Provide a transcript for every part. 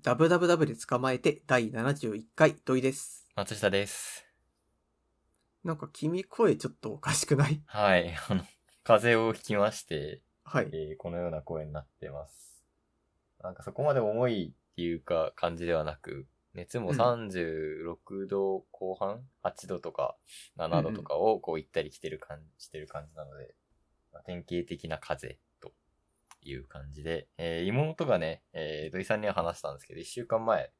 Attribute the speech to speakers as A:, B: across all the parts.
A: ダブダブダブで捕まえて第71回土井です。
B: 松下です。
A: なんか君声ちょっとおかしくない
B: はい。 あの、風邪をひきまして、
A: はい。
B: えーこのような声になってます。なんかそこまで重いっていうか感じではなく、熱
A: う
B: も
A: ん
B: 36度後半、?8 度とか7度とかをこう行ったり来てる感じ、してる感じなので、まあ典型的な風邪という感じで、えー妹がね、えー土井さんには話したんですけど、1週間前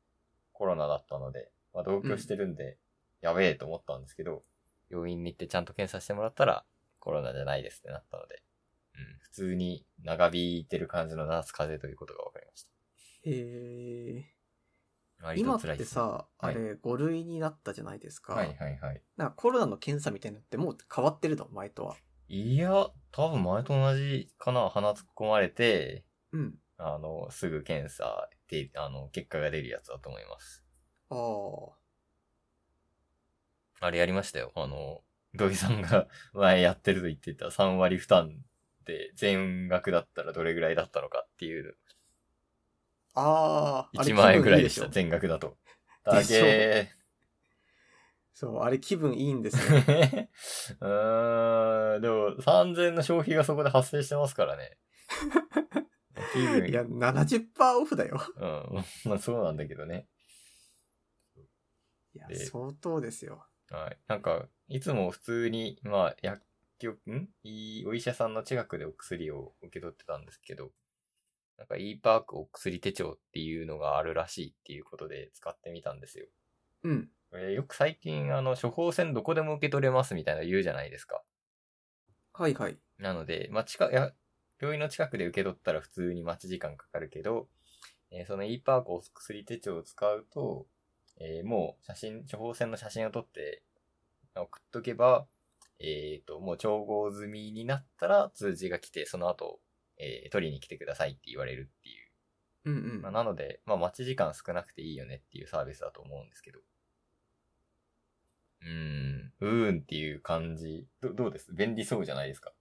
B: コロナだったので、まあ、同居してるんで、やべえと思ったんですけど、病院に行ってちゃんと検査してもらったら、コロナじゃないですってなったので、うん、普通に長引いてる感じの夏風邪ということが分かりまし
A: え
B: た。
A: ー、
B: 割
A: 今
B: と
A: っ
B: 辛い
A: て
B: です
A: さ、あ
B: はい
A: れ5類になったじゃないですか。
B: はいはいはい。
A: なんかコロナの検査みたいなのってもう変わってるの前とは。
B: いや、多分前と同じかな、鼻突っ込まれて、
A: うん。
B: あの、すぐ検査で、あの、結果が出るやつだと思います。
A: ああ。
B: あれやりましたよ。あの、土井さんが前やってると言ってた3割負担で全額だったらどれぐらいだったのかっていう、
A: ああ。あれ
B: 1万円ぐらいでし
A: 気分
B: た、
A: いい
B: 全額だと。
A: で
B: だ
A: しょ
B: け
A: そう、あれ気分いいんですよ。
B: ー うーん、でも3000の消費がそこで発生してますからね。 気分
A: いや、70%オフだよ。
B: うん、まあそうなんだけどね。
A: いや
B: え、ー
A: 相当ですよ。
B: はい。なんか、いつも普通に、まあ、薬局、んいいお医者さんの近くでお薬を受け取ってたんですけど、なんか e パークお薬手帳っていうのがあるらしいっていうことで使ってみたんですよ。
A: うん。
B: これよく最近、あの、処方箋どこでも受け取れますみたいなの言うじゃないですか。
A: はいはい。
B: なので、まあ、近、いや、病院の近くで受け取ったら普通に待ち時間かかるけど、えーその e パークお薬手帳を使うと、えーもう写真、処方箋の写真を撮って送っとけば、えっ、と、もう調合済みになったら通知が来て、その後、えー取りに来てくださいって言われるっていう。
A: うん
B: ま
A: う
B: あ、
A: ん。
B: なので、まあ、待ち時間少なくていいよねっていうサービスだと思うんですけど。うーん、うーんっていう感じ。どどうです便利そうじゃないですか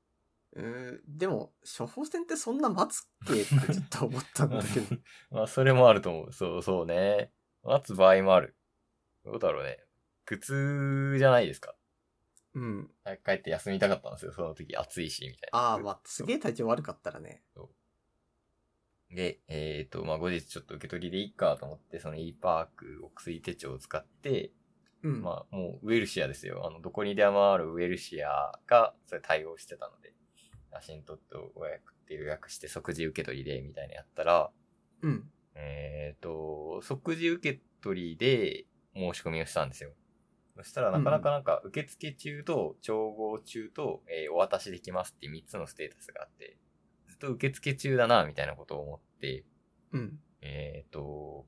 A: うーんでも、処方箋ってそんな待つっけってちょっと思ったんだけど。
B: まあ、それもあると思う。そうそうね。待つ場合もある。どうだろうね。苦痛じゃないですか。
A: うん。
B: 早く帰って休みたかったんですよ。その時暑いし、みたいな。
A: ああ、まあ、すげえ体調悪かったらね。
B: で、えっ、と、まあ、後日ちょっと受け取りでいいかと思って、その e パークお薬手帳を使って、
A: うん。
B: まあ、もうウェルシアですよ。あの、どこにでもあるウェルシアが、それ対応してたので、写真撮って予約って予約して即時受け取りで、みたいなやったら、
A: うん。
B: えっ、と、即時受け取りで申し込みをしたんですよ。そしたらなかなかなんか受付中と調合中と、えーお渡しできますっていう3つのステータスがあって、ずっと受付中だな、みたいなことを思って、
A: うん。
B: えっ、と、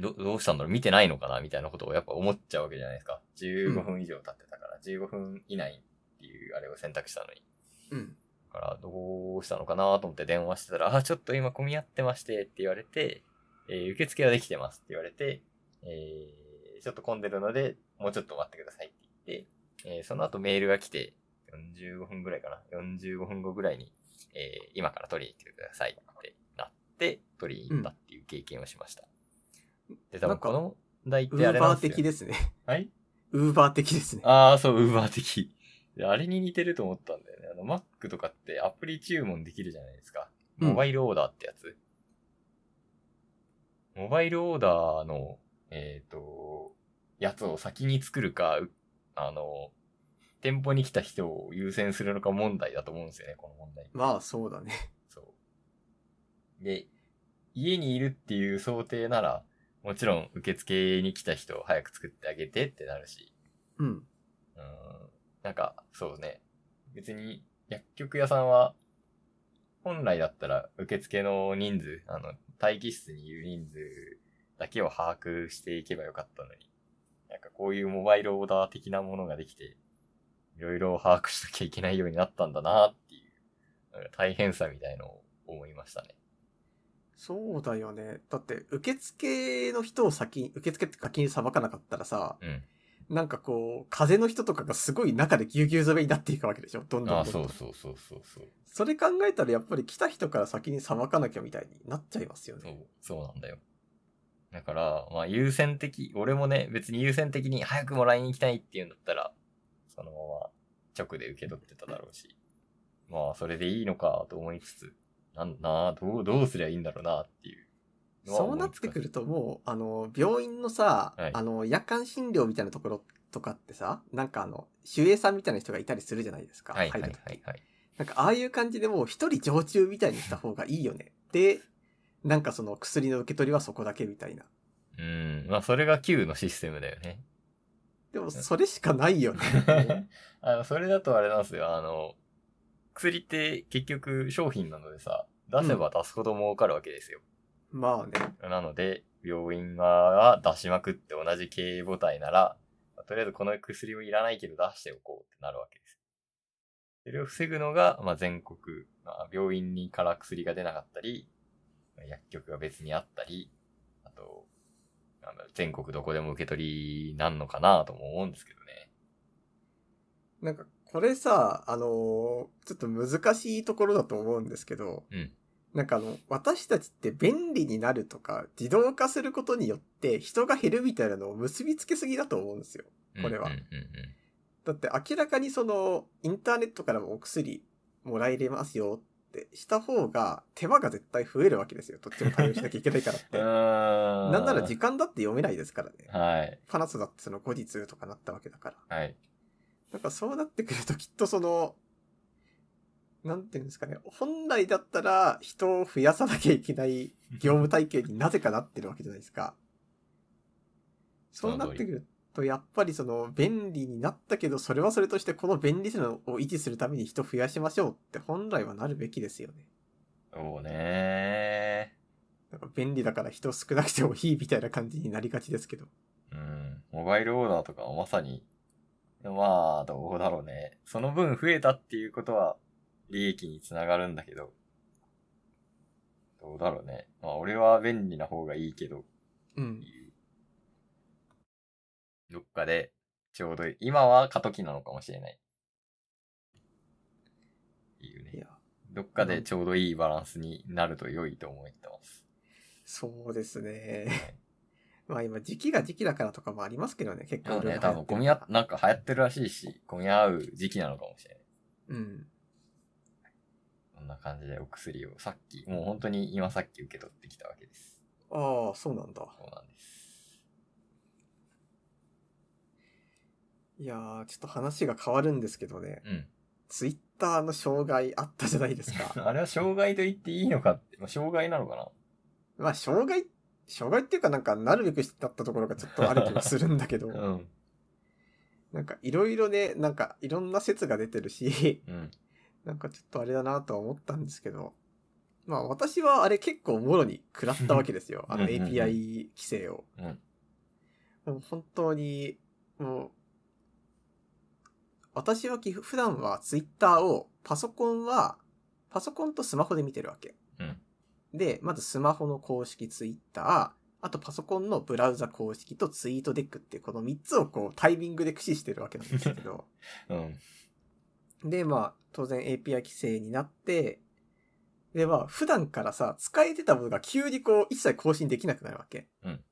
B: ど、どうしたんだろう見てないのかなみたいなことをやっぱ思っちゃうわけじゃないですか。15分以上経ってたから、15分以内っていうあれを選択したのに。
A: うん。
B: だから、どうしたのかなと思って電話してたら、あ、ちょっと今混み合ってましてって言われて、えー受付はできてますって言われて、えーちょっと混んでるので、もうちょっと待ってくださいって言って、えーその後メールが来て、45分ぐらいかな ?45 分後ぐらいに、えー今から取りに来てくださいってなって、取りに行ったっていう経験をしました。で、多
A: なん
B: 分
A: か
B: この題っ
A: ウ
B: てあ
A: ー
B: れな
A: バー
B: んですよ。
A: 的ですね。
B: はい
A: ウーバー的ですね。
B: ああ、そう、ウーバー的。であれに似てると思ったんだよね。あの、Mac とかってアプリ注文できるじゃないですか。
A: うん
B: モバイルオーダーってやつ。モバイルオーダーの、えっ、と、やつを先に作るか、うあの、店舗に来た人を優先するのか問題だと思うんですよね、この問題。
A: まあ、そうだね。
B: そう。で、家にいるっていう想定なら、もちろん受付に来た人を早く作ってあげてってなるし、
A: うん。
B: うんなんか、そうね。別に、薬局屋さんは、本来だったら、受付の人数、あの、待機室にいる人数だけを把握していけばよかったのに、なんかこういうモバイルオーダー的なものができて、いろいろ把握しなきゃいけないようになったんだなっていう、なんか大変さみたいのを思いましたね。
A: そうだよね。だって、受付の人を先に、受付って先に裁かなかったらさ、
B: うん。
A: なんかこう、風邪の人とかがすごい中でぎゅうぎゅう詰めになっていくわけでしょどんどんどんどん。
B: ああ、そうそうそうそうそう。
A: それ考えたらやっぱり来た人から先に裁かなきゃみたいになっちゃいますよ
B: そ
A: ね。
B: う、そうなんだよ。だから、まあ優先的、俺もね、別に優先的に早くもらいに行きたいっていうんだったら、そのまま直で受け取ってただろうし、まあそれでいいのかと思いつつ、なんなあ、どう、どうすりゃいいんだろうなっていうのは
A: そ
B: 思
A: う
B: いつつ。
A: なってくるともう、あの、病院のさ、
B: はい
A: あの、夜間診療みたいなところとかってさ、なんかあの、守衛さんみたいな人がいたりするじゃないですか。
B: はいはいは
A: 入る
B: い
A: 時
B: はい。
A: なんかああいう感じでもう一人常駐みたいにした方がいいよね。で、なんかその薬の受け取りはそこだけみたいな。
B: うん。まあそれが Q のシステムだよ ね。
A: でもそれしかないよね。
B: あの、それだとあれなんですよ。あの、薬って結局商品なのでさ、出せば出すほど儲かるわけですよ。
A: まあね。
B: なので、病院側が出しまくって同じ経営母体なら、まあとりあえずこの薬をいらないけど出しておこうってなるわけです。それを防ぐのが、まあ、全国、まあ、病院にから薬が出なかったり、まあ薬局が別にあったり、あと、なんだろう全国どこでも受け取りなんのかなとも思うんですけどね。
A: なんか、これさ、あのーちょっと難しいところだと思うんですけど、
B: うん
A: なんかあの、私たちって便利になるとか、自動化することによって人が減るみたいなのを結びつけすぎだと思うんですよ。これは
B: うんうんうん
A: だって明らかにその、インターネットからもお薬もらえれますよってした方が、手間が絶対増えるわけですよ。どっちも対応しなきゃいけないからっ て。
B: うん。
A: なんなら時間だって読めないですからね。
B: はい。
A: パナソだってその後日とかなったわけだから。
B: はい。
A: なんかそうなってくるときっとその、なんていうんですかね、本来だったら人を増やさなきゃいけない業務体系になぜかなってるわけじゃないですか。そうなってくると、やっぱりその便利になったけど、それはそれとしてこの便利さを維持するために人増やしましょうって本来はなるべきですよね。
B: そうね
A: なんか便利だから人少なくてもいいみたいな感じになりがちですけど。
B: うん。モバイルオーダーとかはまさに、まあ、どうだろうね。その分増えたっていうことは、利益につながるんだけど、どうだろうね。まあ、俺は便利な方がいいけど、
A: うん。
B: どっかで、ちょうどいい。今は過渡期なのかもしれない。っていう
A: い
B: ね。
A: や、
B: どっかでちょうどいいバランスになると良いと思ってます。
A: そうですね。 まあ今、時期が時期だからとかもありますけどね、結
B: そ
A: 構
B: うね、
A: いろいろ流行ってるから
B: 多分、混み合、なんか流行ってるらしいし、混み合う時期なのかもしれない。
A: うん。
B: こんな感じでお薬をさっき、もう本当に今さっき受け取ってきたわけです。
A: ああ、そうなんだ。
B: そうなんです。
A: いやー、ちょっと話が変わるんですけどね。
B: うん。
A: ツイッターの障害あったじゃないですか。
B: あれは障害と言っていいのかって、まあ、障害なのかな
A: まあ、障害、障害っていうかなんか、なるべくしてたったところがちょっとある気がするんだけど、
B: うん。
A: なんかいろいろね、なんかいろんな説が出てるし、
B: うん。
A: なんかちょっとあれだなとは思ったんですけど、まあ私はあれ結構もろに食らったわけですよ。あの
B: うんうんうん
A: API 規制を。
B: うん
A: もう本当に、もう、私は基本普段は Twitter をパソコンは、パソコンとスマホで見てるわけ。
B: うん
A: で、まずスマホの公式 Twitter、あとパソコンのブラウザ公式とツイートデックっていうこの3つをこうタイミングで駆使してるわけなんですけど、
B: うん。
A: で、まあ、当然 API 規制になって、で、まあ、普段からさ、使えてたものが急にこう、一切更新できなくなるわけ。
B: うん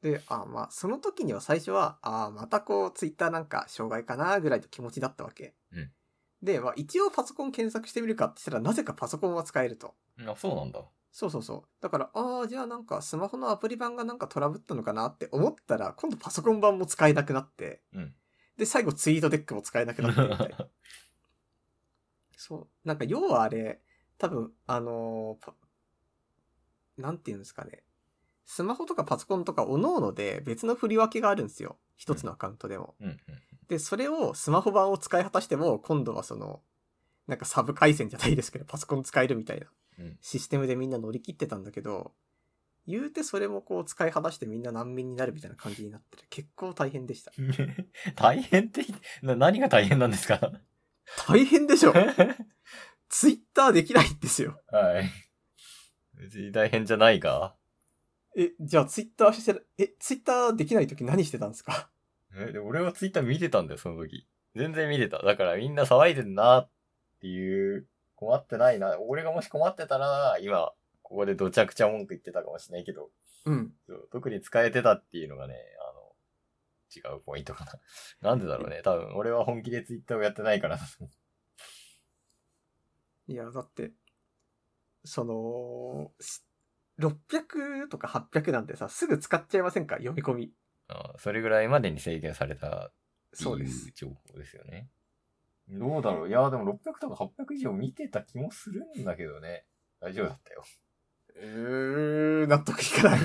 A: で、あまあ、その時には最初は、あまたこう、ツイッターなんか障害かな、ぐらいの気持ちだったわけ。
B: うん
A: で、まあ、一応パソコン検索してみるかってしたら、なぜかパソコンは使えると。
B: あ、そうなんだ。
A: そうそうそう。だから、ああ、じゃあなんかスマホのアプリ版がなんかトラブったのかなって思ったら、今度パソコン版も使えなくなって、
B: うん
A: で、最後ツイートデックも使えなくなってみた いな。そう。なんか要はあれ、多分、あのーパなんていうんですかね。スマホとかパソコンとか各々で別の振り分けがあるんですよ。一つのアカウントでも。
B: うん。うん。
A: で、それをスマホ版を使い果たしても、今度はその、なんかサブ回線じゃないですけど、パソコン使えるみたいな
B: うん
A: システムでみんな乗り切ってたんだけど、言うてそれもこう使い果たしてみんな難民になるみたいな感じになってて、結構大変で した。
B: 大変って、な何が大変なんですか
A: 大変でしょ
B: は
A: ツイッターできないんですよ。
B: い。別に大変じゃないが。
A: え、じゃあツイッターしてな、え、ツイッターできない時何してたんですか
B: え、で俺はツイッター見てたんだよ、その時。全然見てた。だからみんな騒いでんなっていう、困ってないな。俺がもし困ってたら、今、ここでどちゃくちゃ文句言ってたかもしれないけど、
A: うん。
B: そう特に使えてたっていうのがね、あの、違うポイントかな。 なんでだろうね。多分、俺は本気でツイッターをやってないから だと思う。
A: いや、だって、その、し600とか800なんてさ、すぐ使っちゃいませんか読み込み。
B: あーそれぐらいまでに制限されたって
A: そう
B: い
A: です
B: う。情報ですよね。どうだろういや、でも600とか800以上見てた気もするんだけどね。大丈夫だっ たよ。
A: うーん、納得いか ない。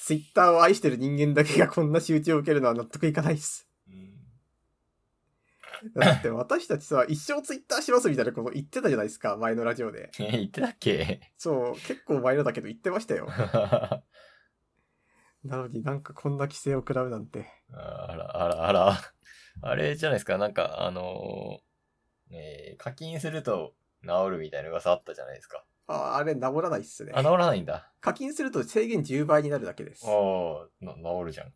A: ツイッターを愛してる人間だけがこんな集中を受けるのは納得いかないっす。
B: うん
A: だって私たちさ、一生ツイッターしますみたいなこと言ってたじゃないですか、前のラジオで。
B: え、 言ってたっけ
A: そう、結構前のだけど言ってましたよ。
B: あ
A: なのになんかこんな規制を食らうなんて。
B: ら、あら、あら。あれじゃないですか、なんか、あのーえー課金すると治るみたいな噂あったじゃないですか。
A: あーあれ、治らないっすね
B: あ、。治らないんだ。
A: 課金すると制限10倍になるだけです
B: あ。あ、な治るじゃん。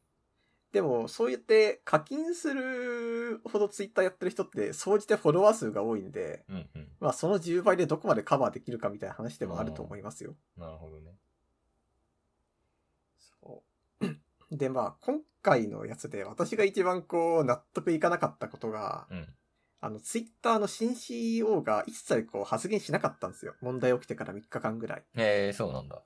A: でも、そうやって課金するほどツイッターやってる人って、総じてフォロワー数が多いんで、
B: うんうん。
A: まあその10倍でどこまでカバーできるかみたいな話でもあると思いますよ。
B: なるほどね。
A: そう。 で、まあ今回のやつで私が一番こう納得いかなかったことが、
B: うん。
A: あのツイッターの新 CEO が一切こう発言しなかったんですよ。問題起きてから3日間ぐらい。
B: えー、そうなんだ。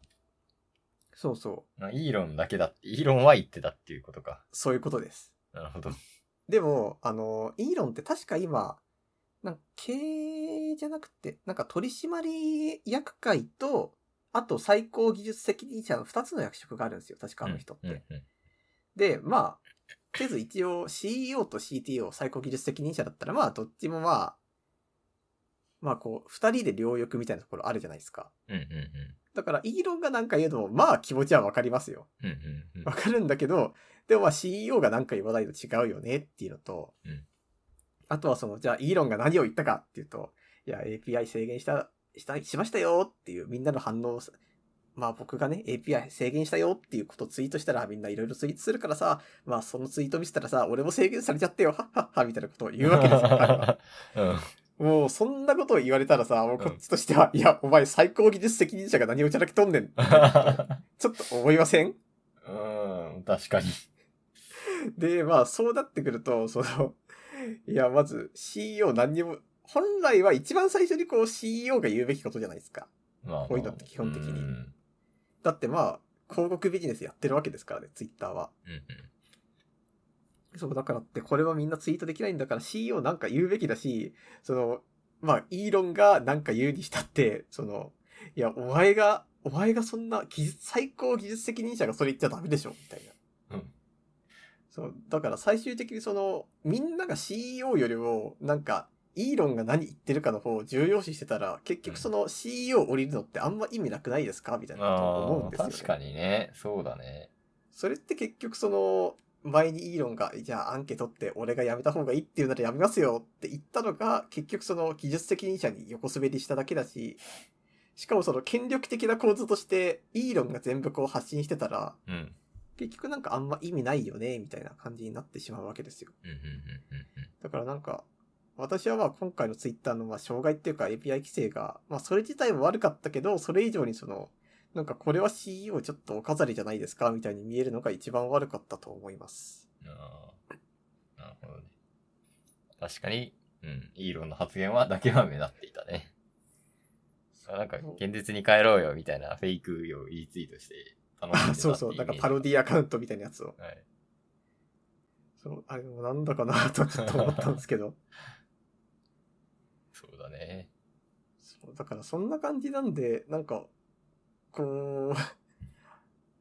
A: そうそう。
B: なイーロンだけだって、イーロンは言ってたっていうことか。
A: そういうことです。
B: なるほど。
A: でも、あの、イーロンって確か今、なんか経営じゃなくて、なんか取締役会と、あと最高技術責任者の2つの役職があるんですよ。確かあの人って。
B: うんうん
A: で、まあ、とりあえず一応 CEO と CTO 最高技術責任者だったら、まあどっちもまあ、まあこう、二人で両翼みたいなところあるじゃないですか。
B: うんうん
A: だから、イーロンがなんか言うのも、まあ気持ちはわかりますよ。
B: うん。うんうん うん
A: わかるんだけど、でもまあ CEO がなんか言わないと違うよねっていうのと、
B: うん
A: あとはその、じゃあイーロンが何を言ったかっていうと、いや、API 制限した、した、しましたよっていうみんなの反応をさまあ僕がね、API 制限したよっていうことをツイートしたらみんないろいろツイートするからさ、まあそのツイート見せたらさ、俺も制限されちゃってよ、はっはっは、みたいなことを言うわけですよ。彼 は
B: うん。
A: もうそんなことを言われたらさ、もうこっちとしては、いや、お前最高技術責任者が何をちゃらけとんねん。 ちょっと思いません
B: うん、確かに。
A: で、まあ、そうなってくると、その、 いや、まず CEO 何にも、本来は一番最初にこう CEO が言うべきことじゃないですか。
B: まあ
A: こういうのって基本的に
B: うんうん
A: だってまあ、広告ビジネスやってるわけですからね、ツイッターは。そう、だからって、これはみんなツイートできないんだから CEO なんか言うべきだし、その、まあ、イーロンがなんか言うにしたって、その、いや、お前が、お前がそんな技術、最高技術責任者がそれ言っちゃダメでしょ、みたいな。
B: うん。うん
A: そう、だから最終的にその、みんなが CEO よりも、なんか、イーロンが何言ってるかの方を重要視してたら、結局その CEO 降りるのってあんま意味なくないですかみたいなことを思うん
B: あ
A: で
B: ー
A: すよ、ね。
B: 確かにね。そうだね。
A: それって結局その、前にイーロンが、じゃあアンケートって俺がやめた方がいいって言うならやめますよって言ったのが、結局その技術責任者に横滑りしただけだし、しかもその権力的な構図として、イーロンが全部こう発信してたら、
B: うん。うん
A: 結局なんかあんま意味ないよね、みたいな感じになってしまうわけですよ。
B: うんうんう
A: だからなんか、私はまあ今回のツイッターのまあ障害っていうか API 規制が、まあそれ自体も悪かったけど、それ以上にその、なんかこれは CEO ちょっとお飾りじゃないですかみたいに見えるのが一番悪かったと思います。
B: んうん。あーなるほどね。確かに、うん、イーロンの発言は、だけは目立っていたね。あなんか、現実に帰ろうよ、みたいなフェイクをリツイートして、頼んでた
A: あ
B: ってい
A: そうそう、なんかパロデ
B: ィ。
A: ィアカウントみたいなやつを。
B: はい。
A: そう、あれもなんだかなとちょっと思ったんですけど。
B: そうだね。
A: そうだからそんな感じなんで、なんか、こ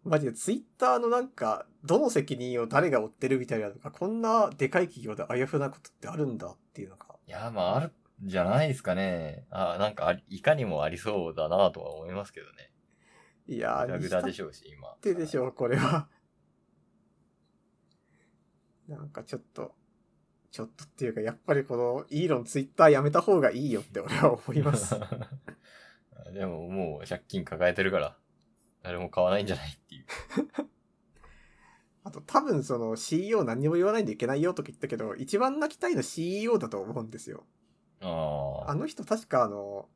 A: う、 マジでツイッターのなんか、どの責任を誰が負ってるみたいなのが、こんなでかい企業であやふなことってあるんだっていうのが、
B: いや、まあ、ある、んじゃないですかね。あなんかあり、いかにもありそうだなとは思いますけどね。
A: いやー、
B: ぐだぐだでしょうし、今。っ。
A: ってでしょう、これは。 なんかちょっと、ちょっとっていうか、やっぱりこの、イーロンツイッターやめた方がいいよって俺は思います
B: でももう借金抱えてるから、誰も買わないんじゃないっていう。
A: あと多分その CEO 何にも言わないといけないよとか言ったけど、一番泣きたいの CEO だと思うんですよ。
B: あ
A: あの人確かあの、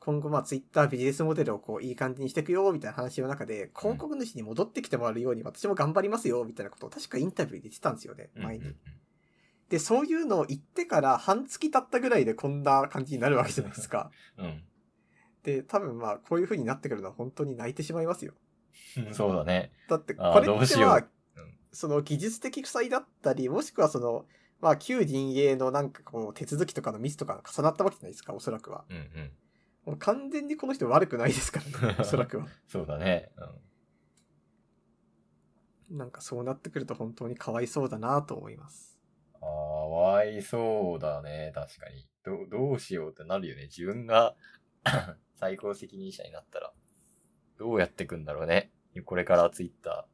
A: 今後まあツイッタービジネスモデルをこういい感じにしていくよみたいな話の中で、広告主に戻ってきてもらえるように私も頑張りますよみたいなことを確かインタビューで言ってたんですよね、前に。で、そういうのを言ってから半月経ったぐらいでこんな感じになるわけじゃないです か。
B: うんうん
A: で、多分まあこういう風になってくるのは本当に泣いてしまいますよ。
B: うん。そうだね。
A: だって、
B: あー
A: これ
B: ど
A: っ
B: う
A: て
B: しよ
A: まあ
B: う、うん
A: その技術的負債だったり、もしくはその、まあ、旧陣営のなんかこう、手続きとかのミスとかが重なったわけじゃないですか、おそらくは。
B: うんうん。
A: もう完全にこの人悪くないですから ね、おそらくは。
B: そうだね。
A: なんかそうなってくると本当にかわいそうだなと思います。
B: うん。かわいそうだね。確かに。どう、どうしようってなるよね。自分が 最高責任者になったら。どうやってくんだろうね。これからツイッタ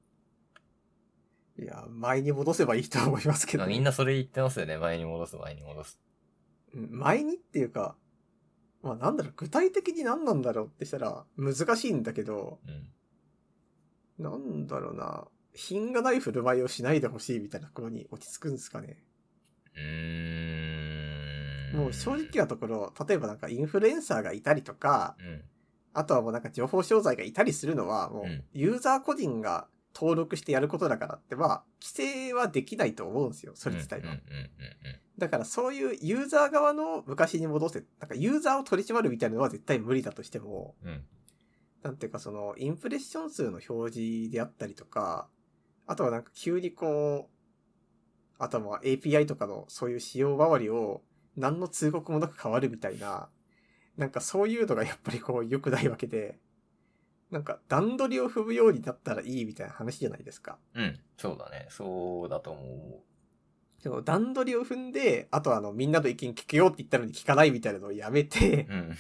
A: いや、前に戻せばいいと思いますけ
B: ー。
A: ど、
B: まあみんなそれ言ってますよね。前に戻す、前に戻す。
A: うん前にっていうか、まあなんだろう、具体的に何なんだろうってしたら難しいんだけど、
B: うん。
A: なんだろうな、品がない振る舞いをしないでほしいみたいなところに落ち着くんですかね。
B: うーん。
A: もう正直なところ、例えばなんかインフルエンサーがいたりとか、
B: うん。
A: あとはもうなんか情報商材がいたりするのは、も
B: うん
A: うユーザー個人が登録してやることだからって、まあ、規制はできないと思うんですよ、それ自体
B: うんう
A: は
B: ん。う
A: だからそういうユーザー側の昔に戻せ、なんかユーザーを取り締まるみたいなのは絶対無理だとしても、
B: んうんうん。うん。
A: なんていうかその、インプレッション数の表示であったりとか、あとはなんか急にこう、あとはまあ API とかのそういう仕様周りを何の通告もなく変わるみたいな、なんかそういうのがやっぱりこう良くないわけで、なんか段取りを踏むようになったらいいみたいな話じゃないですか。
B: うん。そうだね。そうだと思
A: でも段取りを踏んで、あとはあのみんなの意見聞けようって言ったのに聞かないみたいなのをやめて
B: う。、うん。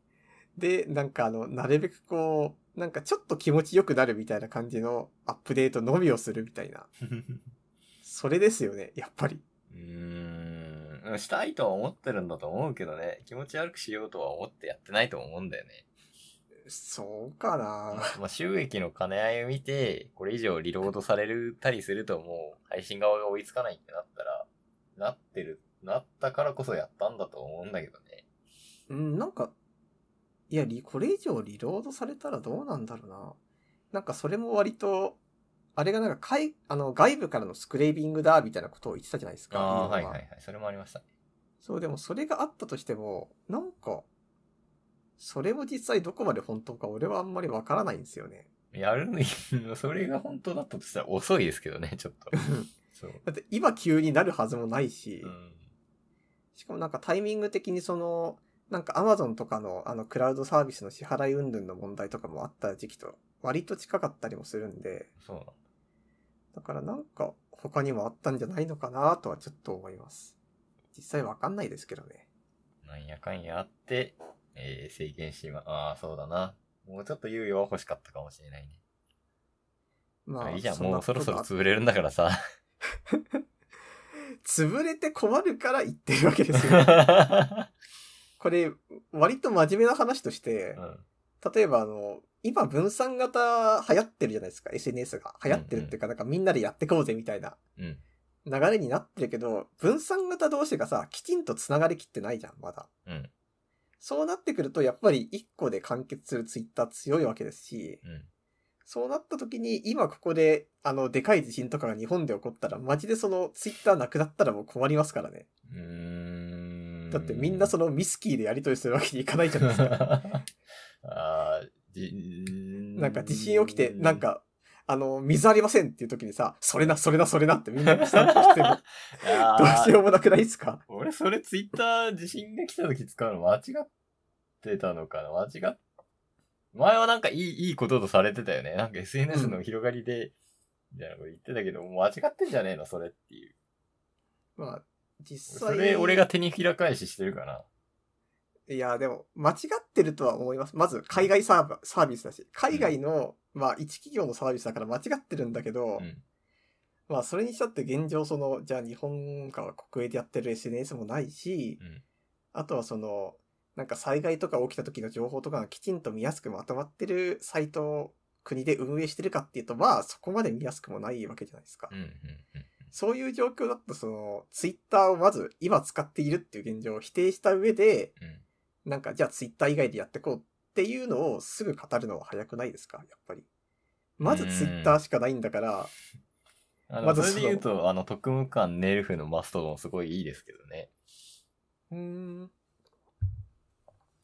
A: で、なんかあの、なるべくこう、なんかちょっと気持ちよくなるみたいな感じのアップデートのみをするみたいな。それですよね、やっぱり。
B: うーん、したいとは思ってるんだと思うけどね、気持ち悪くしようとは思ってやってないと思うんだよね。
A: そうかな
B: まあ、収益の兼ね合いを見て、これ以上リロードされるたりするともう配信側が追いつかないってなったら、なってる、なったからこそやったんだと思うんだけどね。
A: うん、なんか、いや、リこれ以上リロードされたらどうなんだろうな。なんかそれも割と、あれがなんか、かい、あの、外部からのスクレービングだ、みたいなことを言ってたじゃないですか。リー
B: ああー、は
A: ロ
B: い
A: が
B: はいはい。それもありましたね。
A: そう、でもそれがあったとしても、なんか、それも実際どこまで本当か俺はあんまりわからないんですよね。
B: やるの、 それが本当だったとしたら遅いですけどね、ちょっと。そう。
A: だって今急になるはずもないし、
B: うん。
A: しかもなんかタイミング的にその、なんか Amazon とかのあのクラウドサービスの支払い云々の問題とかもあった時期と割と近かったりもするんで、
B: そうなんだ
A: だからなんか他にもあったんじゃないのかなとはちょっと思います。実際わかんないですけどね。
B: なんやかんやあって、えー、制限しま、ああ、そうだな。もうちょっと猶予は欲しかったかもしれないね。
A: ま
B: あ、いいじゃん、
A: んな
B: もうそろそろ
A: ことが
B: 潰れるんだか らさ。
A: 潰れて困るから言ってるわけです よ。
B: う
A: これ、割と真面目な話として、
B: ん。
A: 例えばあの、今分散型流行ってるじゃないですか、SNS が。流行ってるっていうか、なんかみんなでやってこうぜみたいな
B: うん。
A: 流れになってるけど、分散型同士がさ、きちんと繋がりきってないじゃん、まだ。
B: うん。
A: そうなってくると、やっぱり一個で完結するツイッター強いわけですし、
B: うん。
A: そうなった時に、今ここで、あの、でかい地震とかが日本で起こったら、マジでそのツイッターなくなったらもう困りますからね。
B: うーん。
A: だってみんなそのミスキーでやり取りするわけにいかないじゃないですか。
B: あーじ
A: なんか地震起きて、なん。か、あの、水ありませんっていう時にさ、それな、それな、それなってみんなスタンプしても、
B: あ
A: どう
B: ー
A: しようもなくないですか
B: 俺、それツイッター地震が来た時使うの間違ってたのかな間違っ、前はなんかいい、いいこととされてたよね。なんか SNS の広がりで、みたいなこと言ってたけど、もう間違ってんじゃねえのそれっていう。
A: まあ、実
B: そ
A: 際。
B: れ、俺が手にひら返ししてるかな。
A: いや、でも、間違ってるとは思います。まず、海外サーバサービスだし、海外の、まあ、一企業のサービスだから間違ってるんだけど、
B: うん。
A: まあ、それにしたって現状、その、じゃあ日本から国営でやってる SNS もないし、
B: うん
A: あとはその、なんか災害とか起きた時の情報とかがきちんと見やすくまとまってるサイトを国で運営してるかっていうと、まあ、そこまで見やすくもないわけじゃないですか。
B: うん。うん。うん。
A: そういう状況だと、その、ツイッターをまず今使っているっていう現状を否定した上で、
B: うん
A: なんかじゃあツイッター以外でやってこうっていうのをすぐ語るのは早くないですかやっぱり。まずツイッターしかないんだから、
B: あの
A: まず
B: そ
A: その
B: れで言うと、あの、特務官ネルフのマストドンすごいいいですけどね。
A: うーん。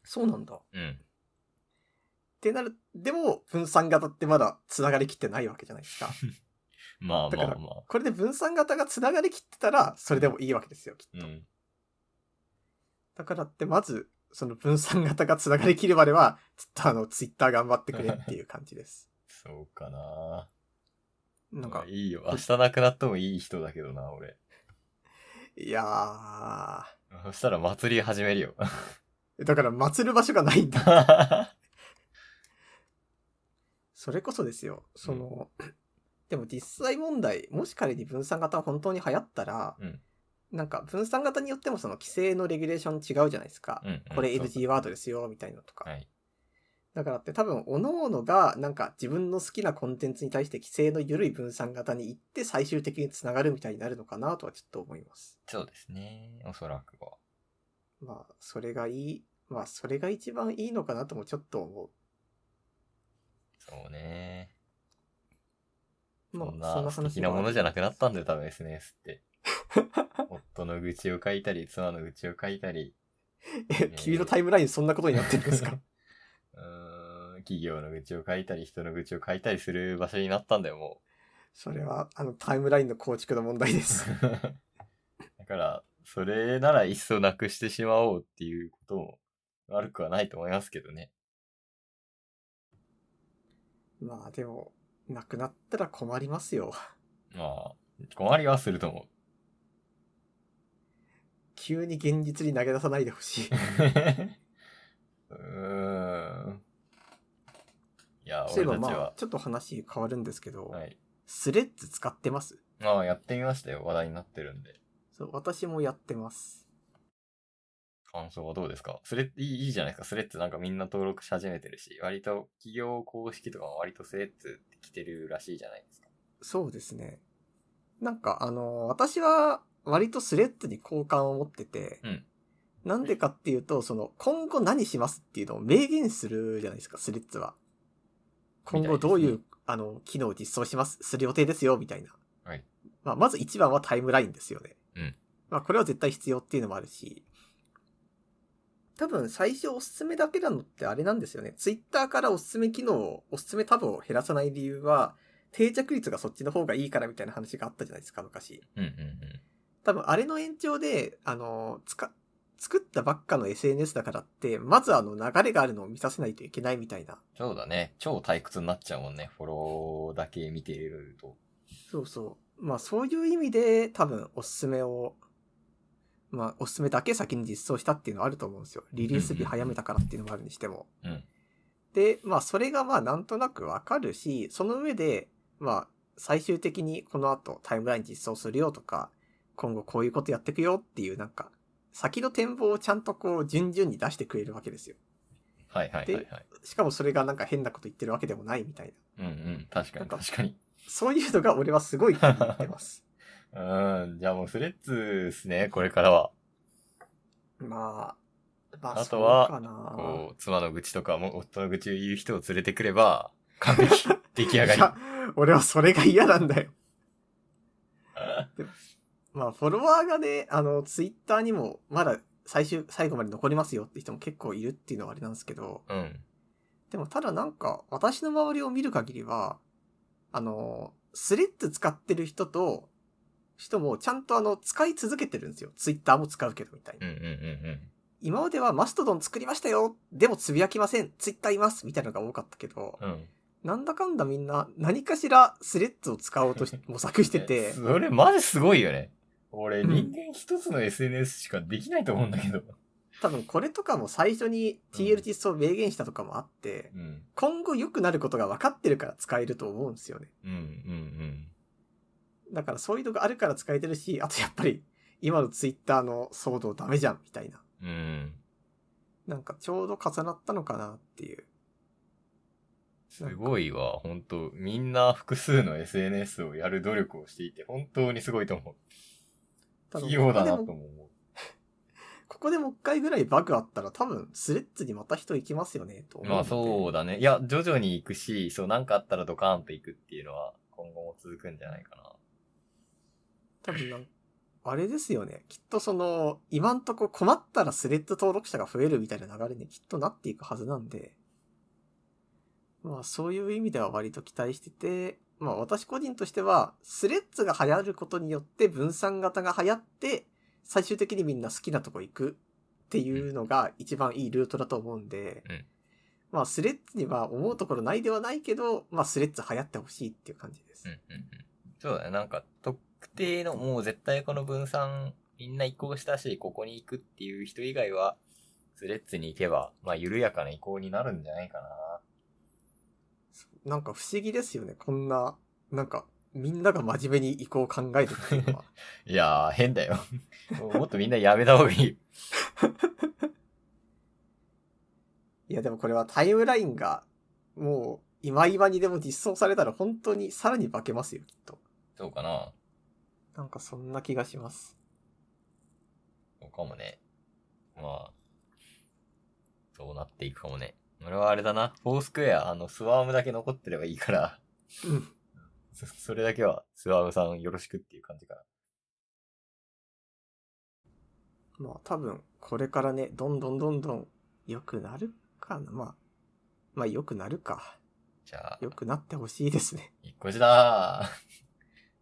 A: そうなんだ。っ
B: うん。
A: てなる、でも分散型ってまだ繋がりきってないわけじゃない ですか。
B: まあ
A: だ
B: ま
A: か
B: あ
A: ら
B: まあ。
A: これで分散型が繋がりきってたら、それでもいいわけですよ、きっと。
B: うん。
A: だからって、まず、その分散型が繋がりきるまでは、ちょっとあの、ツイッター頑張ってくれっていう感じです。
B: そうかな。
A: なんか、
B: いいよ。明日亡くなってもいい人だけどな、俺。
A: いやー。
B: そしたら祭り始めるよ。
A: だから、祭る場所がないんだ。それこそですよ。その、 でも実際問題、もし仮に分散型が本当に流行ったら、
B: うん
A: なんか分散型によってもその規制のレギュレーション違うじゃないですか。
B: うん
A: これ
B: うん
A: NG ワードですよ、みたいなのとか。
B: はい。
A: だからって多分、各々が、なんか自分の好きなコンテンツに対して規制の緩い分散型に行って、最終的につながるみたいになるのかなとはちょっと思います。
B: そうですね。おそらくは。
A: まあ、それがいい。まあ、それが一番いいのかなともちょっと思
B: そうね。
A: う。ま
B: そん
A: あ、そんな
B: な
A: 話
B: 素敵なものじゃなくな
A: っ
B: ったんだよ、多分 SNS って。夫の愚痴を書いたり、妻の愚痴を書いたり、
A: え、 君のタイムラインそんなことになってるんですか
B: うーん、企業の愚痴を書いたり、人の愚痴を書いたりする場所になったんだよ、も
A: それは、あの、タイムラインの構築の問題 です。
B: う。だから、それならいっそなくしてしまおうっていうことも悪くはないと思いますけどね。
A: まあ、でも、なくなったら困りますよ。
B: まあ、困りはすると思
A: 急に現実に投げ出さないでほ しい。
B: う。うーん。いや、
A: そうい
B: 俺
A: えば
B: たち
A: まあ
B: は、、
A: ちょっと話変わるんですけど、
B: はい。
A: スレッズ使ってます
B: まあ、やってみましたよ。話題になってるんで。
A: そう、私もやってます。
B: 感想はどうですかスレッいいいいじゃないですか。スレッズなんかみんな登録し始めてるし、割と企業公式とかも割とスレッズって来てるらしいじゃないですか。
A: そうですね。なんか、あの、私は割とスレッズに好感を持ってて、
B: うん
A: なんでかっていうと、その、今後何しますっていうのを明言するじゃないですか、スレッズは。今後どうい
B: みた
A: う、
B: いです
A: あの、機能を実装します、する予定ですよ、みたいな。
B: はい
A: まあ、まず一番はタイムラインですよね。
B: うん
A: まあ、これは絶対必要っていうのもあるし、多分最初おすすめだけなのってあれなんですよね。ツイッターからおすすめ機能を、おすすめタブを減らさない理由は、定着率がそっちの方がいいからみたいな話があったじゃないですか、昔。
B: うんうん
A: 多分あれの延長で、あの、つか、作ったばっかの SNS だからって、まずあの流れがあるのを見させないといけないみたいな。
B: そうだね。超退屈になっちゃうもんね。フォローだけ見ていると。
A: そうそう。まあそういう意味で多分おすすめを、まあおすすめだけ先に実装したっていうのはあると思うんですよ。リリース日早めたからっていうのもあるにしても。
B: うん。
A: で、まあそれがまあなんとなくわかるし、その上で、まあ最終的にこの後タイムライン実装するよとか、今後こういうことやってくよっていうなんか、先の展望をちゃんとこう順々に出してくれるわけですよ。
B: はいはいはいはい。
A: しかもそれがなんか変なこと言ってるわけでもないみたいな。
B: うんうん。確かに確かに。
A: そういうのが俺はすごい気に入ってます。
B: うーん。じゃあもうスレッズですね。これからは。
A: まあ、まあ、
B: あとは
A: そうかな
B: こう、妻の愚痴とかも、夫の愚痴を言う人を連れてくれば、完璧。出来上が
A: い
B: り。
A: や俺はそれが嫌なんだよ。まあ、フォロワーがね、あの、ツイッターにも、まだ最終、最後まで残りますよって人も結構いるっていうのはあれなんですけど、
B: うん。
A: でもただなんか、私の周りを見る限りは、あの、スレッズ使ってる人と、人もちゃんとあの、使い続けてるんですよ。ツイッターも使うけどみたいな
B: うんうん。うんうん。
A: 今まではマストドン作りましたよでもつぶやきませんツイッターいますみたいなのが多かったけど、
B: うん。
A: なんだかんだみんな何かしらスレッズを使おうと し模索して
B: え
A: て、
B: それマジすごいよね。俺、
A: うん
B: 人間一つの SNS しかできないと思うんだけど。
A: 多分これとかも最初に TL 実装を明言したとかもあって、
B: うん。
A: 今後良くなることが分かってるから使えると思うんですよね。
B: うん、うん、
A: だからそういうのがあるから使えてるし、あとやっぱり今のツイッターの騒動ダメじゃんみたいな。
B: うん。うん。
A: なんかちょうど重なったのかなっていう。
B: すごいわ。本当みんな複数の SNS をやる努力をしていて、本当にすごいと思う。
A: ただ
B: 器用だなと
A: ここで
B: も
A: も
B: 思う。
A: ここでもう一回ぐらいバグあったら多分スレッズにまた人行きますよね、と思うの
B: ま
A: で。
B: あそうだね。いや、徐々に行くし、そう、なんかあったらドカーンと行くっていうのは、今後も続くんじゃないかな。
A: 多分なんあれですよね。きっとその、今んとこ困ったらスレッド登録者が増えるみたいな流れにきっとなっていくはずなんで、まあそういう意味では割と期待してて、まあ私個人としては、スレッズが流行ることによって分散型が流行って、最終的にみんな好きなとこ行くっていうのが一番いいルートだと思うんで、
B: うん
A: まあスレッズには思うところないではないけど、まあスレッズ流行ってほしいっていう感じです。
B: うんうんうん。そうだね。なんか、特定の、もう絶対この分散、みんな移行したし、ここに行くっていう人以外は、スレッズに行けば、まあ、緩やかな移行になるんじゃないかな。
A: なんか不思議ですよね。こんな、なんか、みんなが真面目に移行を考えてるっていう のは。
B: いやー、変だよ。もうもっとみんなやめた方がいい。
A: いや、でもこれはタイムラインが、もう、今今にでも実装されたら本当にさらに化けますよ、きっと。
B: そうかな。
A: なんかそんな気がします。
B: そうかもね。まあ、そうなっていくかもね。俺はあれだな。フォースクエア、あの、スワームだけ残ってればいいから、
A: うん。
B: そそれだけは、スワームさんよろしくっていう感じかな。
A: まあ多分、これからね、どんどんどんどん良くなるかな。まあ、まあ良くなるか。
B: じゃあ、
A: 良くなってほしいですね。
B: 一個じだ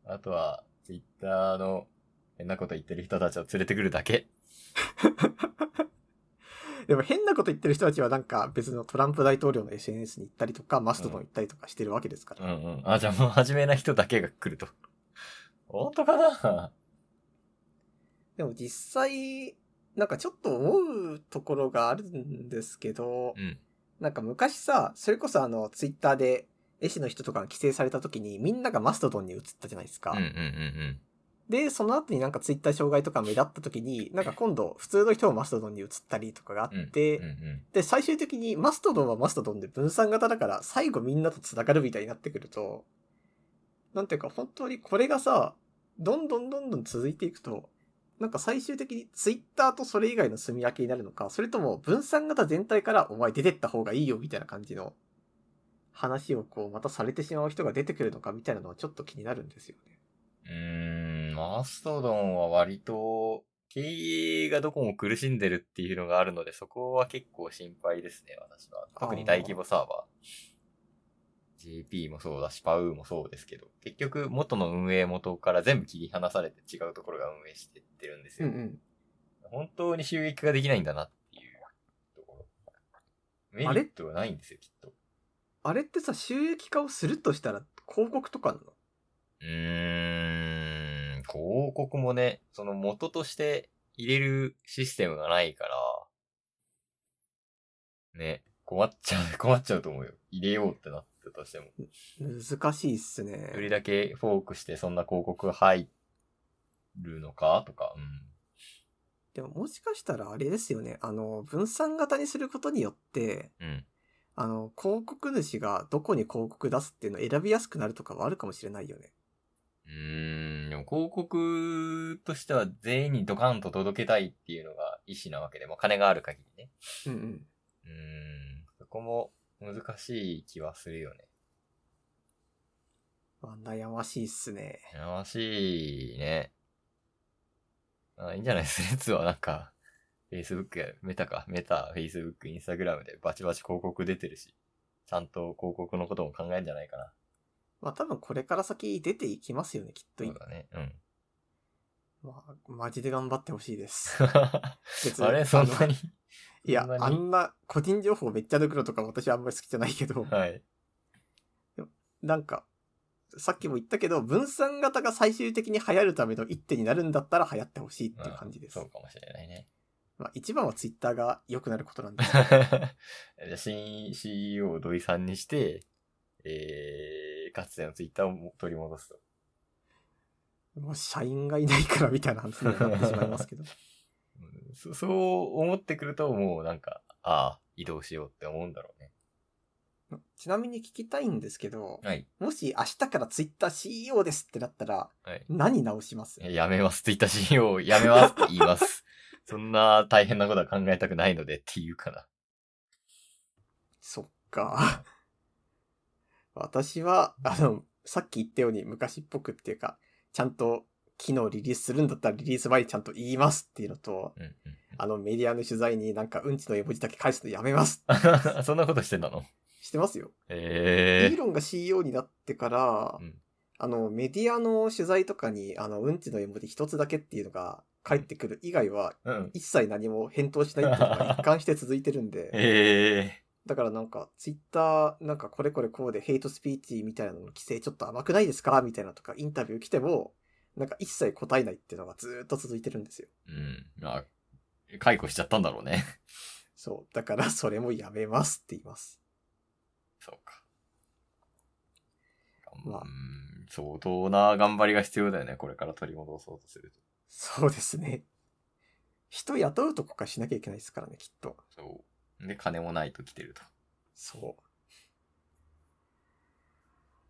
B: ー あとは、ツイッターの変なこと言ってる人たちを連れてくるだけ。
A: でも変なこと言ってる人たちはなんか別のトランプ大統領の SNS に行ったりとか、マストドン行ったりとかしてるわけですから。
B: うんうん。あ、じゃあもう真面目な人だけが来ると。本当かな
A: でも実際、なんかちょっと思うところがあるんですけど、
B: うん。
A: なんか昔さ、それこそあの、ツイッターで、絵師の人とかが規制された時にみんながマストドンに移ったじゃないですか。
B: うんうんうん
A: で、その後になんかツイッター障害とか目立った時に、なんか今度普通の人もマストドンに移ったりとかがあ
B: うん。うん
A: って、
B: うんうん。
A: で、最終的にマストドンはマストドンで分散型だから、最後みんなと繋がるみたいになってくると、なんていうか本当にこれがさ、どんどんどんどん続いていくと、なんか最終的にツイッターとそれ以外の住み分けになるのか、それとも分散型全体からお前出てった方がいいよみたいな感じの話をこうまたされてしまう人が出てくるのかみたいなのはちょっと気になるんですよね。
B: うーん、マストドンは割と、経営がどこも苦しんでるっていうのがあるので、そこは結構心配ですね、私は。特に大規模サーバー。JP もそうだし、パウもそうですけど、結局元の運営元から全部切り離されて違うところが運営してってるんですよ。
A: ん。
B: 本当に収益化できないんだなっていうところ。メ
A: あれ
B: リットがないんですよ、きっと。
A: あれってさ、収益化をするとしたら広告とかなの
B: うーん、広告もね、その元として入れるシステムがないから、ね、困っちゃう、 困っちゃうと思うよ。入れようってなったとしても。
A: 難しいっすね。
B: どれだけフォークしてそんな広告が入るのかとか、う
A: でももしかしたらあれですよね。あの、分散型にすることによって、
B: ん、うん。
A: あの、広告主がどこに広告出すっていうのを選びやすくなるとかはあるかもしれないよね。
B: うーん、でも広告としては全員にドカンと届けたいっていうのが意思なわけで、まあ金がある限りね。
A: うんうん。
B: うーん、そこも難しい気はするよね。
A: まあ、悩ましいっすね。
B: やましいね。あいいんじゃない ですか。つはなんか、Facebook や、メタか、メタ、Facebook、Instagram でバチバチ広告出てるし、ちゃんと広告のことも考えるんじゃないかな。
A: まあ多分これから先出ていきますよね、きっと。
B: そうだね。うん。
A: まあ、マジで頑張ってほしいで す。
B: あ
A: 別
B: れそんなに
A: いや
B: そんな、に
A: あんな個人情報めっちゃ抜くのとか私はあんまり好きじゃないけど、
B: はい。
A: なんか、さっきも言ったけど、分散型が最終的に流行るための一手になるんだったら流行ってほしいっていう感じです。
B: そうかもしれないね。
A: まあ、一番はツイッターが良くなることなんです。
B: じゃあ新 CEO を土井さんにして、えー、かつての Twitter を取り戻すと。
A: もう社員がいないからみたいな話にはなってしまいます けど。
B: うんそそう思ってくると、もうなんか、ああ、移動しようって思うんだろうね。
A: ちなみに聞きたいんですけど、
B: はい。
A: もし明日からツイッター CEO ですってなったら、
B: はい。
A: 何直します
B: やめます。Twitter CEO やめますって言います。そんな大変なことは考えたくないのでっていうから。
A: そっか。 私は、あの、さっき言ったように昔っぽくっていうか、ちゃんと機能リリースするんだったらリリース前にちゃんと言いますっていうのと、
B: うんうん
A: あのメディアの取材になんかうんちの絵文字だけ返すのやめます。
B: うん。 そんなことしてたの
A: してますよ。
B: え
A: イ
B: え
A: ーロンが CEO になってから、
B: うん
A: あの、メディアの取材とかに、あの、うんちの絵文字一つだけっていうのが返ってくる以外は、
B: うん。
A: 一切何も返答しないっていうのが一貫して続いてるんで、
B: え
A: だからなんか、ツイッター、なんかこれこれこうでヘイトスピーチみたいなのの規制ちょっと甘くないですかみたいなとか、インタビュー来ても、なんか一切答えないっていうのがずーっと続いてるんですよ。
B: えうん。まあ、解雇しちゃったんだろうね。
A: そう。だから、それもやめますって言います。
B: そうか。
A: まあ
B: うん、相当な頑張りが必要だよね。これから取り戻そうとすると。
A: そうですね。人雇うとこかしなきゃいけないですからね、きっと。
B: そう。で、金もないと来てると。
A: そう。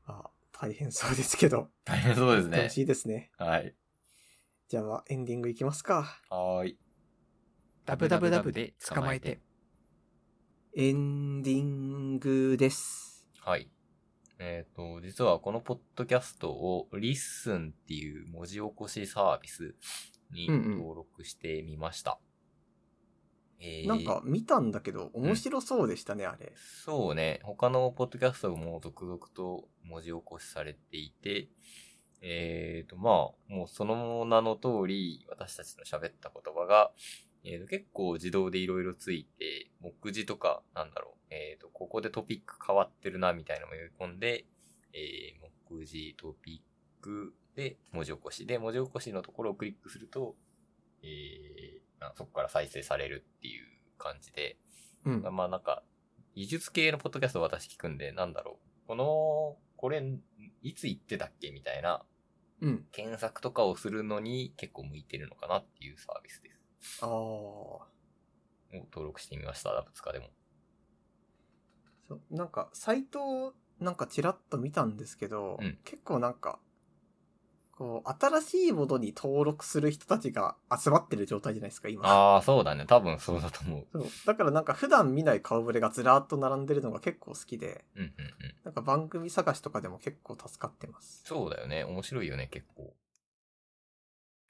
A: まあ、大変そうですけど。
B: 大変そうです
A: 楽
B: ね。
A: しいですね。
B: はい。
A: じゃあまあ、エンディングいきますか。
B: はーい。
C: ダブダブダブで捕まえて。
A: エンディングです。
B: はい。えっ、と、実はこのポッドキャストを Listen っていう文字起こしサービスに
A: うんうん
B: 登録してみました。えー
A: なんか見たんだけど、面白そうでしたね、あれ。
B: そうね、他のポッドキャストも続々と文字起こしされていて、えーと、まあ、もうその名の通り、私たちの喋った言葉が、えーと、結構自動でいろいろついて、目次とか、なんだろう、えーと、ここでトピック変わってるな、みたいなのも読み込んで、えー、目次、トピックで文字起こし。で、文字起こしのところをクリックすると、えー、あそこから再生されるっていう感じで、
A: うん。
B: まあなんか、技術系のポッドキャストを私聞くんで、なんだろう。この、これ、いつ言ってたっけみたいな、
A: うん。
B: 検索とかをするのに結構向いてるのかなっていうサービスです。
A: ああ。そ
B: を登録してみました、ダブツカでも。
A: うなんか、サイトをなんかちらっと見たんですけど、
B: うん
A: 結構なんか、こう、新しいものに登録する人たちが集まってる状態じゃないですか、今。
B: ああ、そうだね。多分そうだと思う。
A: そう。だからなんか普段見ない顔ぶれがずらーっと並んでるのが結構好きで、
B: うんうんうん。
A: なんか番組探しとかでも結構助かってます。
B: そうだよね。面白いよね、結構。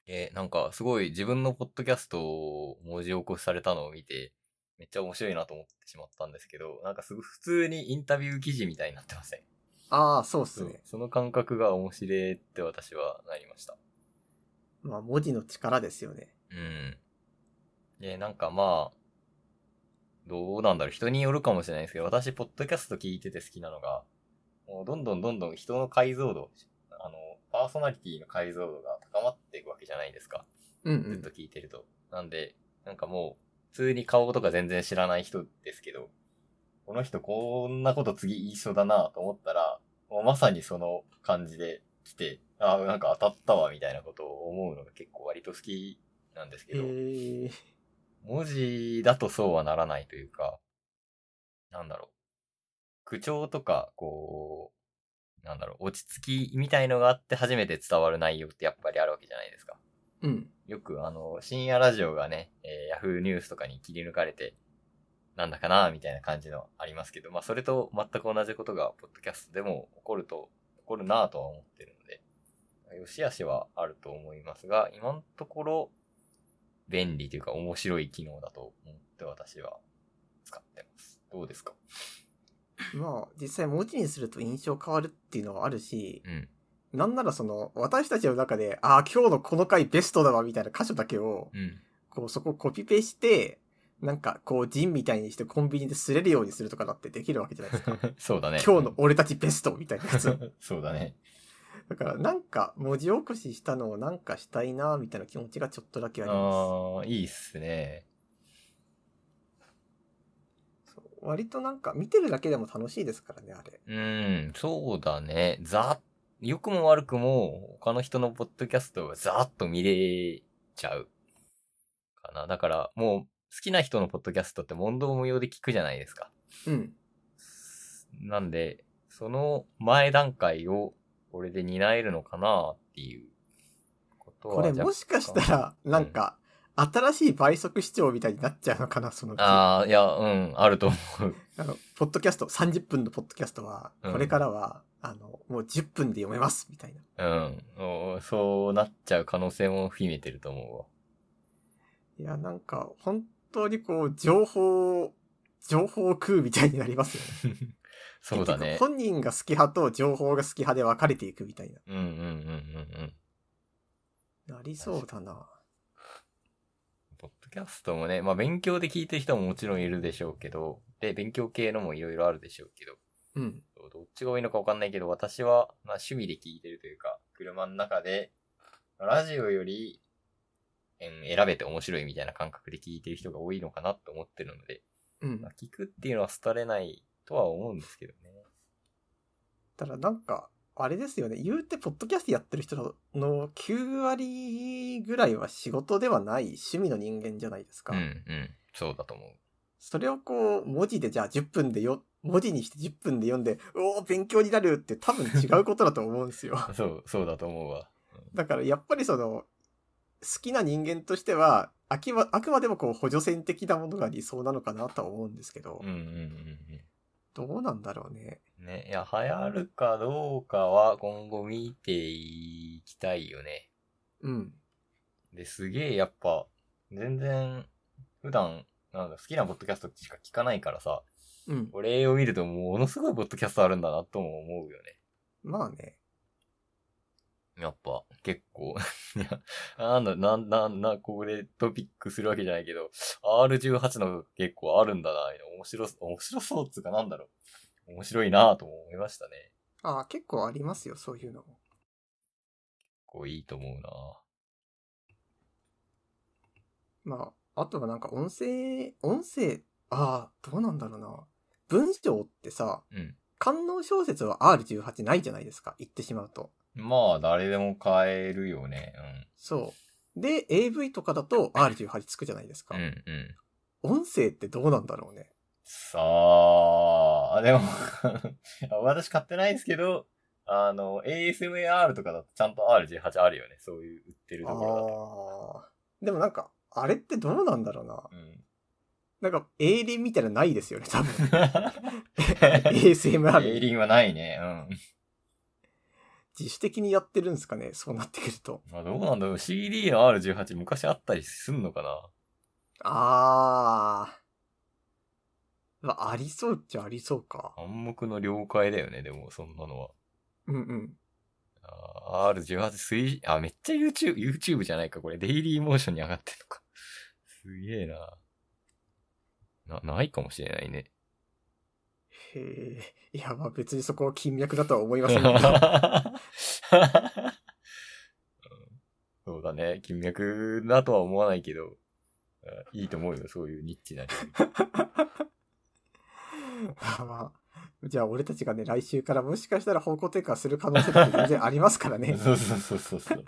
B: えーなんか、すごい自分のポッドキャストを文字起こしされたのを見て、めっちゃ面白いなと思ってしまったんですけど、なんかすぐ普通にインタビュー記事みたいになってません
A: ああ、そうっす
B: そう
A: ね。
B: その感覚が面白いって私はなりました。
A: まあ文字の力ですよね。
B: うん。で、なんかまあ、どうなんだろう、人によるかもしれないですけど、私、ポッドキャスト聞いてて好きなのが、もうどんどんどんどん人の解像度、あの、パーソナリティの解像度が高まっていくわけじゃないですか。
A: うんう
B: ずっ
A: ん
B: と。聞いてると。なんで、なんかもう、普通に顔とか全然知らない人ですけど、この人こんなこと次言いそうだなと思ったら、もうまさにその感じで来て、ああ、なんか当たったわみたいなことを思うのが結構割と好きなんですけ
A: え
B: ど、
A: ー、
B: 文字だとそうはならないというか、なんだろう。口調とか、こう、なんだろう、落ち着きみたいのがあって初めて伝わる内容ってやっぱりあるわけじゃないですか。
A: うん。
B: よくあの、深夜ラジオがね、えー、Yahoo ニュースとかに切り抜かれて、なんだかなみたいな感じのありますけど、まあそれと全く同じことが、ポッドキャストでも起こると、起こるなぁとは思ってるので、よし悪しはあると思いますが、今のところ、便利というか面白い機能だと思って私は使ってます。どうですか
A: まあ実際文字にすると印象変わるっていうのはあるし、
B: うん。
A: なんならその私たちの中で、ああ、今日のこの回ベストだわみたいな箇所だけを、
B: うん。
A: こうそこをコピペして、なんかこうジンみたいにしてコンビニで擦れるようにするとかだってできるわけじゃないですか。
B: そう だね。
A: 今日の俺たちベストみたいなやつを。
B: の そうだね。
A: だからなんか文字起こししたのをなんかしたいなみたいな気持ちがちょっとだけありま
B: ああ、いいっすね。
A: す。そう割となんか見てるだけでも楽しいですからね、あれ。
B: うん、そうだね。ざ、良くも悪くも、他の人のポッドキャストをざーっと見れちゃう。かな。だから、もう、好きな人のポッドキャストって問答無用で聞くじゃないですか。
A: うん。
B: なんで、その前段階を、これで担えるのかなっていうことは。
A: これもしかしたら、なんか、新しい倍速視聴みたいになっちゃうのかな、そのうち
B: ああ、いや、うん、 あると思う。
A: あの、ポッドキャスト、30分のポッドキャストは、
B: うん
A: これからは、あの、もう10分で読めます、みたいな。
B: うん。おそうなっちゃう可能性も秘めてると思うわ。
A: いや、なんか、本当にこう、情報を、情報を食うみたいになりますよね。
B: そうだね
A: 結。局本人が好き派と情報が好き派で分かれていくみたい
B: うんうんうんうんうん。
A: な。なりそうだな。
B: ポッドキャストもね、まあ勉強で聞いてる人ももちろんいるでしょうけど、で、勉強系のもいろいろあるでしょうけど、
A: うん。
B: どっちが多いのかわかんないけど、私は、まあ趣味で聞いてるというか、車の中で、ラジオより、うん、選べて面白いみたいな感覚で聞いてる人が多いのかなと思ってるので、
A: うん
B: まあ。聞くっていうのは廃れないとは思うんですけどね。
A: ただなんか、あれですよね。言うて、ポッドキャストやってる人の9割ぐらいは仕事ではない趣味の人間じゃないですか。
B: うんうん。そうだと思う。
A: それをこう、文字でじゃあ10分でよ、文字にして10分で読んで、おお、勉強になるって多分違うことだと思うんです よ。
B: そう、そうだと思うわ。
A: だからやっぱりその、好きな人間としては、あきまあくまでもこう補助線的なものが理想なのかなとは思うんですけど、
B: うんうんうん
A: どうなんだろうね。
B: うん。ね、いや、流行るかどうかは今後見ていきたいよね。
A: うん。
B: で、すげえやっぱ、全然、普段、なんだ、好きなポッドキャストしか聞かないからさ、
A: うん。
B: これを見るとものすごいポッドキャストあるんだなとも思うよね。
A: まあね。
B: やっぱ、結構、 いや、なんだ、なんだ、なんだ、ここでトピックするわけじゃないけど、R18 の結構あるんだな、面白そ、面白そうっつうかなんだろう。面白いなとも思いましたね。
A: ああ、結構ありますよ、そういうのも。
B: こういいと思うな
A: まあ、あとはなんか音声、音声、ああ、どうなんだろうな。文章ってさ、
B: うん。
A: 観音小説は R18 ないじゃないですか、言ってしまうと。
B: まあ、誰でも変えるよね。
A: そう。で、AV とかだと R18 つくじゃないです
B: う
A: か
B: ん。う。んうん。
A: 音声ってどうなんだろうね。
B: さあ、でも、 私買ってないですけど、あの、ASMR とかだとちゃんと R18 あるよね。そういう売ってる
A: あ
B: ところだと。
A: あー。でもなんか、あれってどうなんだろうな。
B: うん。
A: なんか、エ輪みたいなのないですよね、多 分。ASMR。
B: エイリンはないね。うん。
A: 自主的にやってるんですかね、そうなってくると。
B: まあ、どうなんだろう。CD の R18 昔あったりすんのかな
A: あー。まあ、ありそうっちゃありそうか。
B: 暗黙の了解だよね、でも、そんなのは。
A: うんうん。
B: あー R18 水、あ、めっちゃ YouTube、YouTube じゃないか、これ。デイリーモーションに上がってんのか。すげえな。な、ないかもしれないね。
A: へえ。いや、まあ別にそこは金脈だとは思いませ んけど。
B: そうだね。金脈だとは思わないけど、あいいと思うよ。そういうニッチな領 域。。
A: まあまあ。じゃあ俺たちがね、来週からもしかしたら方向転換する可能性だって全然ありますからね
B: そうそうそうそうそう。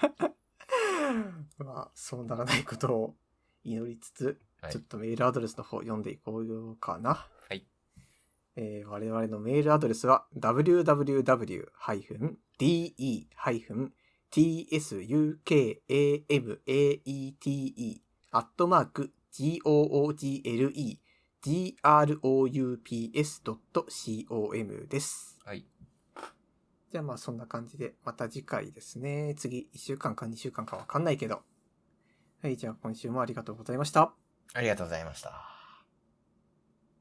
A: まあ、そうならないことを祈りつつ、
B: はい
A: ちょっとメールアドレスの方読んでいこうかな。
B: はい
A: えー我々のメールアドレスは www-de-tsukamate アットマーク google-groups.com です。
B: はい。
A: じゃあまあそんな感じで、また次回ですね。次、1週間か2週間かわかんないけど。はい、じゃあ今週もありがとうございました。
B: ありがとうございました。